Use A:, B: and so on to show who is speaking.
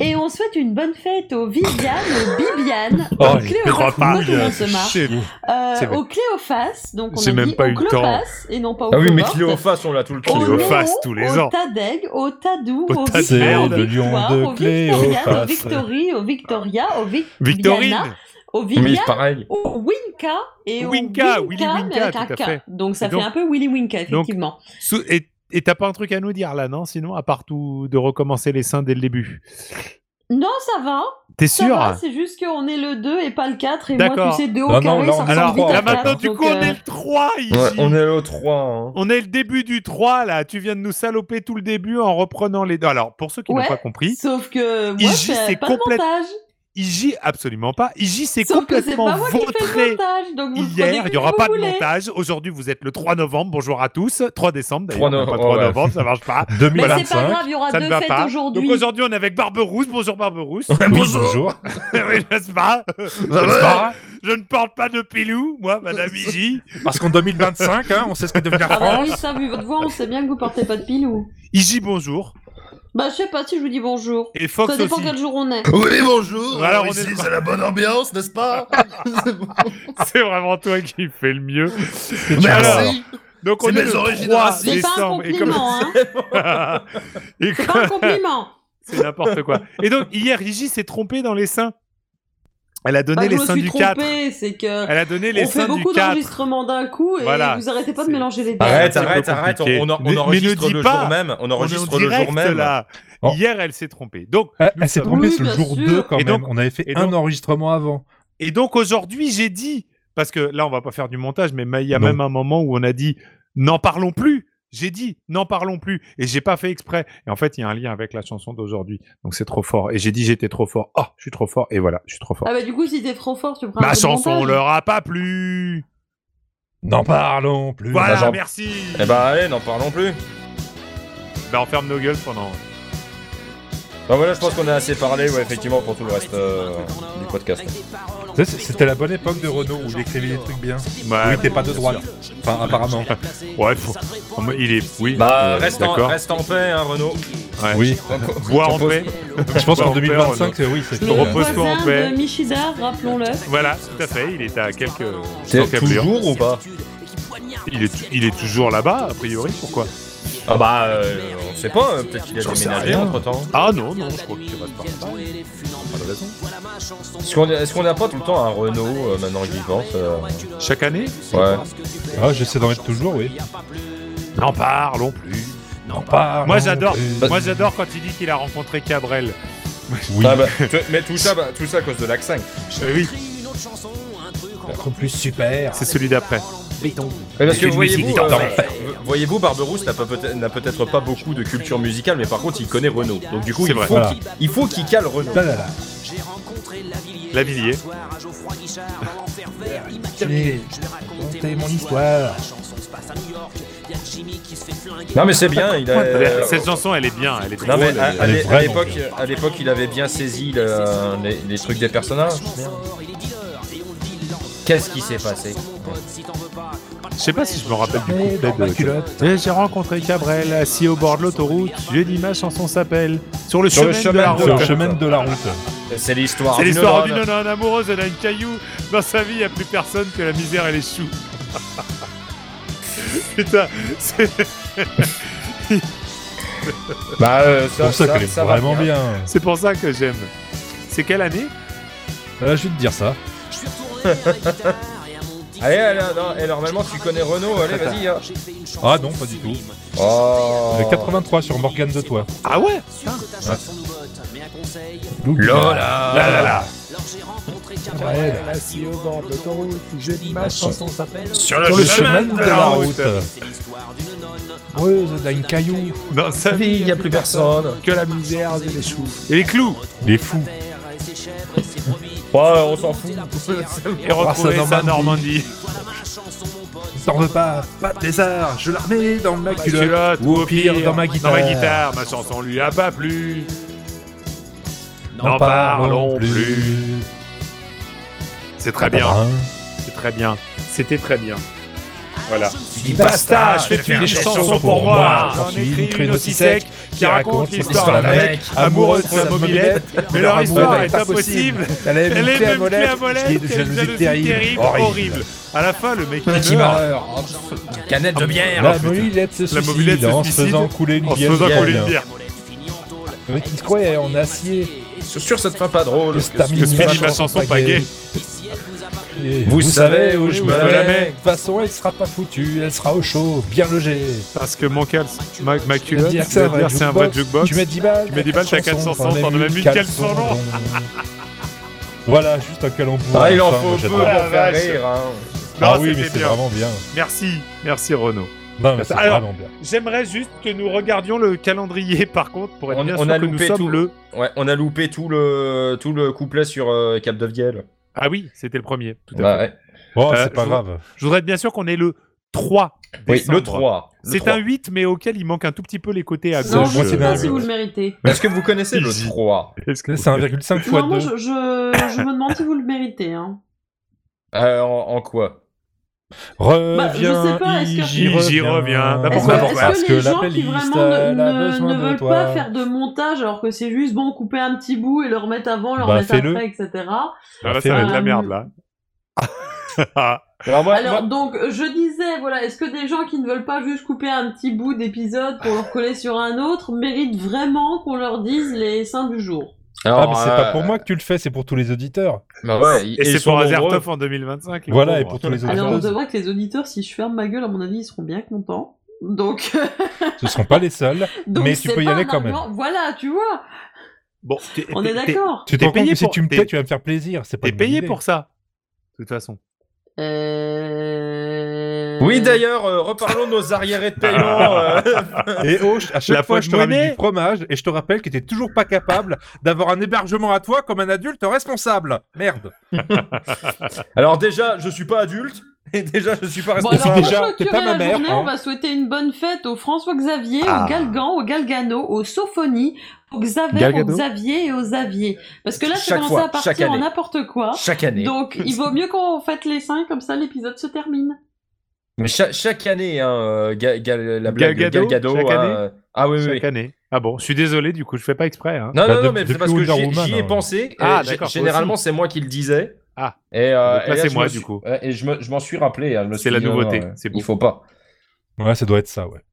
A: Et on souhaite une bonne fête aux Viviane, aux Bibiane,
B: Oh,
A: aux
B: je
A: Cléophas,
B: comprends pas.
A: comment on se marre,
B: C'est-
A: euh,
B: C'est vrai.
A: aux Cléophas, donc on
B: C'est
A: a
B: même
A: dit
B: pas
A: aux
B: eu le temps.
A: Clopas et non pas aux
C: Ah oui, mais
A: Cloportes,
C: Cléophas, on l'a tout le temps.
A: aux
B: Cléophas
A: Néos,
B: tous les
A: aux
B: ans.
A: Tadeg, aux Tadou,
B: Aux
A: aux Victoire, aux
B: Tadeg. C'est le
A: Victoire,
D: lion de
A: aux Victoriane,
D: Cléophas.
A: aux Victory, aux Victoria, aux Victoriana,
B: Victorine
A: aux
C: Mais
A: Viviane,
C: pareil.
A: aux Winka et aux Winka,
B: Winka, Willy
A: mais
B: Winka,
A: avec un
B: tout à
A: K.
B: fait.
A: Donc
B: Et
A: ça
B: donc-
A: fait un peu Willy Winka,
B: donc-
A: effectivement.
B: Sous- Et et t'as pas un truc à nous dire là, non Sinon, à part tout de recommencer les seins dès le début.
A: Non, ça va,
B: T'es
A: ça
B: sûr
A: va, c'est juste qu'on est le 2 et pas le 4, et moi,
B: D'accord.
A: tu sais, 2 au
C: Ah non,
A: carré, ça
C: là, on est
A: ressemble
B: Alors,
A: vite
C: trois.
A: à
B: là
C: d'accord.
B: maintenant,
A: quatre,
B: du
A: donc,
B: coup, on
A: euh,
B: est le 3 ici.
C: Ouais, on est au 3. hein.
B: On est le début du 3 là, tu viens de nous saloper tout le début en reprenant les deux. Alors, pour ceux qui
A: Ouais.
B: n'ont pas compris,
A: Sauf que moi,
B: Iji,
A: je fais
B: c'est
A: pas
B: complète-
A: de montage.
B: IJ, absolument pas. IJ s'est
A: Sauf que c'est
B: complètement
A: pas moi qui fais le
B: vautré
A: montage. Donc vous le prenez
B: hier, il n'y aura
A: comme
B: pas
A: vous
B: de
A: voulez.
B: montage. Aujourd'hui, vous êtes le 3 novembre, bonjour à tous. 3 décembre,
C: 3
B: d'ailleurs,
C: no-
B: pas
C: oh,
B: 3
C: ouais.
B: novembre, ça marche pas.
A: Mais
C: 2025.
A: c'est pas grave, il y aura
B: ça ne
A: deux
B: va
A: fêtes
B: pas. Donc
A: Ah, aujourd'hui.
B: aujourd'hui, on est avec Barberousse. Bonjour Barberousse.
C: Oui,
B: oui, n'est-ce pas
C: N'est-ce pas
B: Je ne parle pas de pilou, moi, madame IJ.
D: Parce qu'en 2025, hein, on sait ce que devient la
A: Ah bah
D: France.
A: oui, ça, vu votre voix, on sait bien que vous portez pas de pile ou...
B: IJ, bonjour.
A: Bah, je sais pas si je vous dis bonjour.
B: Et Fox
A: Ça dépend
B: aussi.
A: quel jour on est.
E: Oui, bonjour.
B: Voilà,
E: Alors,
B: on
E: ici,
B: est-
E: c'est la bonne ambiance, n'est-ce pas C'est bon.
B: C'est vraiment toi qui fais le mieux. Alors,
E: Merci.
B: Donc on
E: C'est
B: est
E: mes
B: le
E: origines
B: 3
E: racistes.
A: C'est pas un
B: décembre. Et comme-
A: compliment, hein. C'est
B: et comme-
A: pas un compliment.
B: C'est n'importe quoi. Et donc, hier, Gigi s'est trompée dans les seins. Elle a donné
A: Bah, je
B: les
A: me
B: seins
A: suis
B: du 4.
A: trompée, c'est que.
B: Elle a donné les
A: On fait
B: seins du
A: beaucoup
B: 4.
A: d'enregistrements d'un coup et
B: Voilà.
A: vous arrêtez pas de
B: C'est-
A: mélanger les deux.
C: Arrête,
B: C'est un peu
C: arrête, arrête.
B: compliqué.
C: On, en- on
B: Mais- mais ne
C: enregistre
B: dis
C: le
B: pas.
C: jour même. On
B: On est en
C: enregistre le
B: direct,
C: jour même.
B: là.
D: Oh.
B: Hier, elle s'est trompée. Donc,
D: Elle,
B: nous
D: Euh, elle s'est
B: sommes-
D: trompée
A: Oui,
D: ce
A: bien
D: jour
A: sûr.
D: 2 quand
B: Et
D: même.
B: donc-
D: on avait fait
B: et
D: un
B: donc-
D: enregistrement avant.
B: Et donc aujourd'hui, j'ai dit, parce que là, on va pas faire du montage, mais ma- il y a
D: Non.
B: même un moment où on a dit, n'en parlons plus. J'ai dit, n'en parlons plus. Et j'ai pas fait exprès. Et en fait, il y a un lien avec la chanson d'aujourd'hui. Donc c'est trop fort. Et j'ai dit, j'étais trop fort. Ah, je suis trop fort. Et voilà, je suis trop fort.
A: Ah bah du coup si t'es trop fort tu prends un
B: Ma
A: peu de
B: chanson, on
A: Ah, montage.
B: leur a pas plu.
D: N'en parlons plus.
B: Voilà,
C: bah, genre-
B: merci.
C: Eh ben allez, n'en parlons plus.
B: Bah, on ferme nos gueules pendant.
C: Bah voilà, je pense qu'on a assez parlé, ouais, effectivement, pour tout le reste euh, du podcast.
D: Tu sais, C'était la bonne époque de Renault où il écrivait des trucs bien.
B: Ouais,
D: oui, t'es pas de
B: bien
D: droite. Enfin, apparemment.
B: Ouais, faut- Moi, Il est. Oui.
C: Bah,
B: euh,
C: reste en, reste en paix, hein, Renaud.
B: Ouais.
D: Oui.
B: Bois en paix.
D: Je pense
B: Bois
D: qu'en
B: en paix,
D: 2025,
B: Renaud.
D: c'est- oui, c'est
A: Le
B: Repose-toi en
A: voisin
B: paix.
A: de Michida, rappelons-le.
B: Voilà, tout à fait. Il est à quelques.
C: T'es
B: encablures.
C: toujours ou pas
B: Il est, il est toujours là-bas, a priori, pourquoi
C: Ah bah, euh, on sait pas, euh, peut-être qu'il a
E: J'en sais
C: déménagé
E: rien.
C: entre temps.
B: Ah non, non, je crois qu'il reste par là.
C: Est-ce qu'on est-ce qu'on n'a pas tout le temps un Renault euh, maintenant que j'y pense euh,
B: Chaque année
C: Ouais.
D: Ah, j'essaie d'en mettre toujours, oui.
B: N'en parlons plus.
D: N'en parlons
B: Moi j'adore,
D: plus.
B: moi j'adore quand il dit qu'il a rencontré Cabrel.
D: Euh, Oui.
C: Ah bah, tu- mais tout ça, bah, tout ça à cause de l'accent.
B: Euh, oui,
D: Encore plus super.
B: c'est celui d'après.
C: Mais parce que
B: Une
C: voyez-vous,
B: musique
C: euh,
B: d'enfer.
C: euh, voyez-vous, Barberousse n'a pas peut-être n'a peut-être pas beaucoup de culture musicale, mais par contre, il connaît Renault. Donc du coup,
B: C'est
C: il
B: vrai.
C: faut,
D: Voilà.
C: qu'il, il faut qu'il cale Renault.
D: Là, là, là.
B: Lavillier.
D: J'ai raconté mon histoire.
B: Ah,
C: Non mais c'est bien, il a.
B: Euh, Cette chanson, elle est bien, elle est
C: Non mais euh,
B: drôle.
C: à, à
D: Elle est
C: l'é- à
D: vraiment
C: l'époque,
D: bien.
C: à l'époque, il avait bien saisi le- les, les trucs des personnages. Qu'est-ce qui s'est passé
B: Je sais pas si je me rappelle du
D: Eh,
B: couplet
D: dans ma
B: de.
D: culotte.
B: Eh, J'ai rencontré Cabrel assis au bord de l'autoroute. J'ai dit ma chanson s'appelle Sur le
C: Sur
B: chemin
C: le
B: de la
C: chemin de la route.
B: route.
D: Sur le chemin de la route.
C: C'est l'histoire.
B: C'est
C: d'une
B: l'histoire
C: nonne.
B: d'une nonne amoureuse, elle a une caillou. Dans sa vie, il n'y a plus personne que la misère et les choux. Putain, c'est
C: Bah euh,
D: C'est
C: ça,
D: pour ça
C: ça-
D: qu'elle est
C: ça va
D: vraiment bien.
B: c'est pour ça que j'aime. C'est quelle année
D: Euh, je vais te dire ça.
C: Allez, allez, non, et normalement tu connais Renault, allez vas-y. hein.
D: Ah non, pas du tout.
C: Oh.
D: Euh, 83 sur Morgane de Toi.
B: Ah ouais
C: Lola.
B: Là là là
C: Sur
D: Sur le chemin de
B: Ah,
D: la route. Heureuse d'un caillou.
B: Dans sa vie,
C: il n'y a plus personne.
B: que la misère et les choux. Et les clous
D: Il est fou.
C: Ouais, on s'en fout.
B: Et retrouver
D: sa
B: sa Normandie.
D: T'en veux pas Pas de lézard. Je la remets dans ma
B: Ma
D: culotte.
B: culotte,
D: Ou au pire, dans ma guitare.
B: Dans ma guitare, ma chanson lui a pas plu. N'en parlons plus. C'est très bien, c'est très bien. C'était très bien. Voilà.
D: Tu dis
B: Basta, je fais une chanson pour moi.
D: J'en
B: J'en ai écrit une aussi sec qui raconte l'histoire
D: l'histoire
B: d'un
D: d'un
B: mec amoureux de sa mobilette. Mais leur histoire est impossible.
D: Elle est
B: Elle est
D: même
B: même
D: clé à molette,
B: molette,
D: quelle jalousie terrible, horrible.
B: À la fin, le mec il
D: Petit
B: meurt.
D: malheur.
C: Canette de bière.
D: La
B: putain.
D: molette se
B: La mobilette
D: suicide
B: se
D: en se
B: suicide
D: faisant couler une
B: En se
D: bière.
B: faisant couler une
D: de
B: bière.
D: Le mec, il se croyait en acier.
C: Sur, sur cette fin pas drôle.
D: Que se termine
B: Que se finit
D: ma
B: ma chanson pas gay.
D: Et
C: Vous savez où je me la mets.
D: De toute façon, elle sera pas foutue, elle sera au chaud, bien logée.
B: Parce que mon cal, ma, ma
D: Tu vas
B: culotte,
D: dire que
B: je veux dire, c'est un vrai
D: jukebox.
B: jukebox.
D: Tu mets 10 balles.
B: Tu mets 10 balles, t'as 400, t'en as même une 400, non.
D: Voilà, juste un calembour.
C: Ah, il en
D: Enfin,
C: faut
D: moi,
C: peu
D: j'adore.
C: pour
B: Ah,
C: faire
B: vache.
C: rire. hein.
B: Non,
D: Ah oui, mais
B: c'était
D: c'est
B: bien.
D: vraiment bien.
B: Merci, merci Renaud.
D: Non, mais c'est
B: Alors-
D: vraiment bien.
B: J'aimerais juste que nous regardions le calendrier, par contre, pour être
C: On-
B: bien
C: on
B: sûr
C: a
B: que nous
C: loupé
B: sommes
C: tout.
B: le.
C: Ouais, on a loupé tout le tout le couplet sur euh, Cap de Vielle.
B: Ah oui, c'était le premier. Tout à
C: Bah,
B: fait.
C: ouais.
D: Bon,
B: Euh,
D: c'est pas
B: je-
D: grave.
B: Je voudrais être bien sûr qu'on est le 3
C: Oui,
B: décembre.
C: le 3. le
B: C'est
C: 3.
B: un 8, mais auquel il manque un tout petit peu les côtés à
A: Non,
B: gauche.
A: je ne
D: moi, c'est
A: sais pas
D: bien,
A: si
D: oui.
A: vous le méritez.
C: Est-ce que vous connaissez le
B: Easy.
C: 3
B: Est-ce que-
D: Là, c'est 1,5 fois
A: Non, moi, je,
D: 2.
A: je, je me demande si vous le méritez. Hein.
C: Euh, en, en quoi
A: Bah, je
D: Reviens,
A: sais pas, est-ce que-
D: j'y
B: J'y reviens. Bah,
A: Est-ce que,
B: pourquoi
A: est-ce que
D: Ah, Parce que
A: les
D: la
A: gens qui
D: playlist,
A: vraiment ne,
D: elle a
A: ne-
D: besoin
A: ne
D: de
A: veulent
D: toi.
A: pas faire de montage alors que c'est juste bon couper un petit bout et le remettre avant, le
D: Bah,
A: remettre
D: fais-le.
A: après, etc.
B: Ah, là, ça
A: euh,
B: va être la merde, là.
C: Alors, moi,
A: Alors
C: moi-
A: donc je disais voilà est-ce que des gens qui ne veulent pas juste couper un petit bout d'épisode pour le recoller sur un autre méritent vraiment qu'on leur dise les seins du jour
D: Ah,
C: Alors,
D: mais c'est
C: euh,
D: pas pour moi que tu le fais, c'est pour tous les auditeurs.
C: bah ouais,
B: et
C: ils
B: c'est
C: sont
B: pour
C: nombreux.
B: Azertov en 2025. le
D: Voilà, et
B: pauvre.
D: pour tous les
A: Alors
D: auditeurs.
A: c'est vrai que les auditeurs si je ferme ma gueule à mon avis ils seront bien contents donc
D: Ce seront pas les seuls.
A: donc
D: Mais tu
A: c'est
D: peux y
A: pas
D: aller
A: un
D: quand même.
A: argument. Voilà tu vois
B: Bon, t'es-
A: on
B: t'es-
A: est
B: t'es-
A: d'accord.
D: Tu
B: T'es
D: t'es
B: payé
D: payé si
B: pour-
D: tu me
B: t'es-
D: payes, tu vas me faire plaisir. C'est pas
B: T'es
D: une bonne
B: payé
D: idée.
B: pour ça. De toute façon.
A: Euh...
C: Oui, d'ailleurs, euh, reparlons de nos arriérés de paiement.
B: Ah.
C: euh.
D: Et oh, je- à chaque
B: La
D: fois, je te
B: poche
D: ramène
B: monnaie.
D: du fromage et je te rappelle que t'es toujours pas capable d'avoir un hébergement à toi comme un adulte responsable. Merde.
C: Alors déjà, je suis pas adulte et déjà, je suis pas
A: Bon,
C: responsable.
A: alors,
D: Déjà,
A: pour
D: t'es
A: clôturer
D: pas
A: la
D: ma mère,
A: journée,
D: hein.
A: on va souhaiter une bonne fête au François Xavier,
B: Ah.
A: au Galgan, au Galgano, au Sophonie, au Xavier,
B: Galgado
A: au Xavier et au Xavier. Parce que là, c'est
C: Chaque
A: commencé
C: fois,
A: à
C: chaque
A: partir en
C: année.
A: n'importe quoi.
C: Chaque année.
A: Hein? Donc, il vaut mieux qu'on fête les cinq, comme ça l'épisode se termine.
C: Mais cha- chaque année, hein, euh, Ga- Ga- la blague de
B: Galgado,
C: Galgado.
B: chaque
C: hein,
B: année
C: euh, ah oui, oui, oui.
B: Chaque année. Ah bon, je suis désolé, du coup, je fais pas exprès. hein.
C: Non, non,
D: Bah,
C: non,
D: de-
C: mais c'est
D: depuis
C: parce que
D: Wonder
C: j'y
D: Woman,
C: j'y ai
D: hein.
C: pensé.
B: Ah,
C: et
B: d'accord,
C: gé-
B: toi
C: Généralement,
B: aussi.
C: c'est moi qui le disais.
B: Ah.
C: Et, euh,
B: Donc là,
C: et
B: c'est
C: je
B: moi,
C: me
B: du
C: suis-
B: coup.
C: ouais, Et je me- je m'en suis rappelé. hein, je me
B: C'est
C: suis
B: la
C: dit, non,
B: nouveauté,
C: non, euh,
B: c'est beau.
C: Il faut pas.
D: Ouais, ça doit être ça, ouais.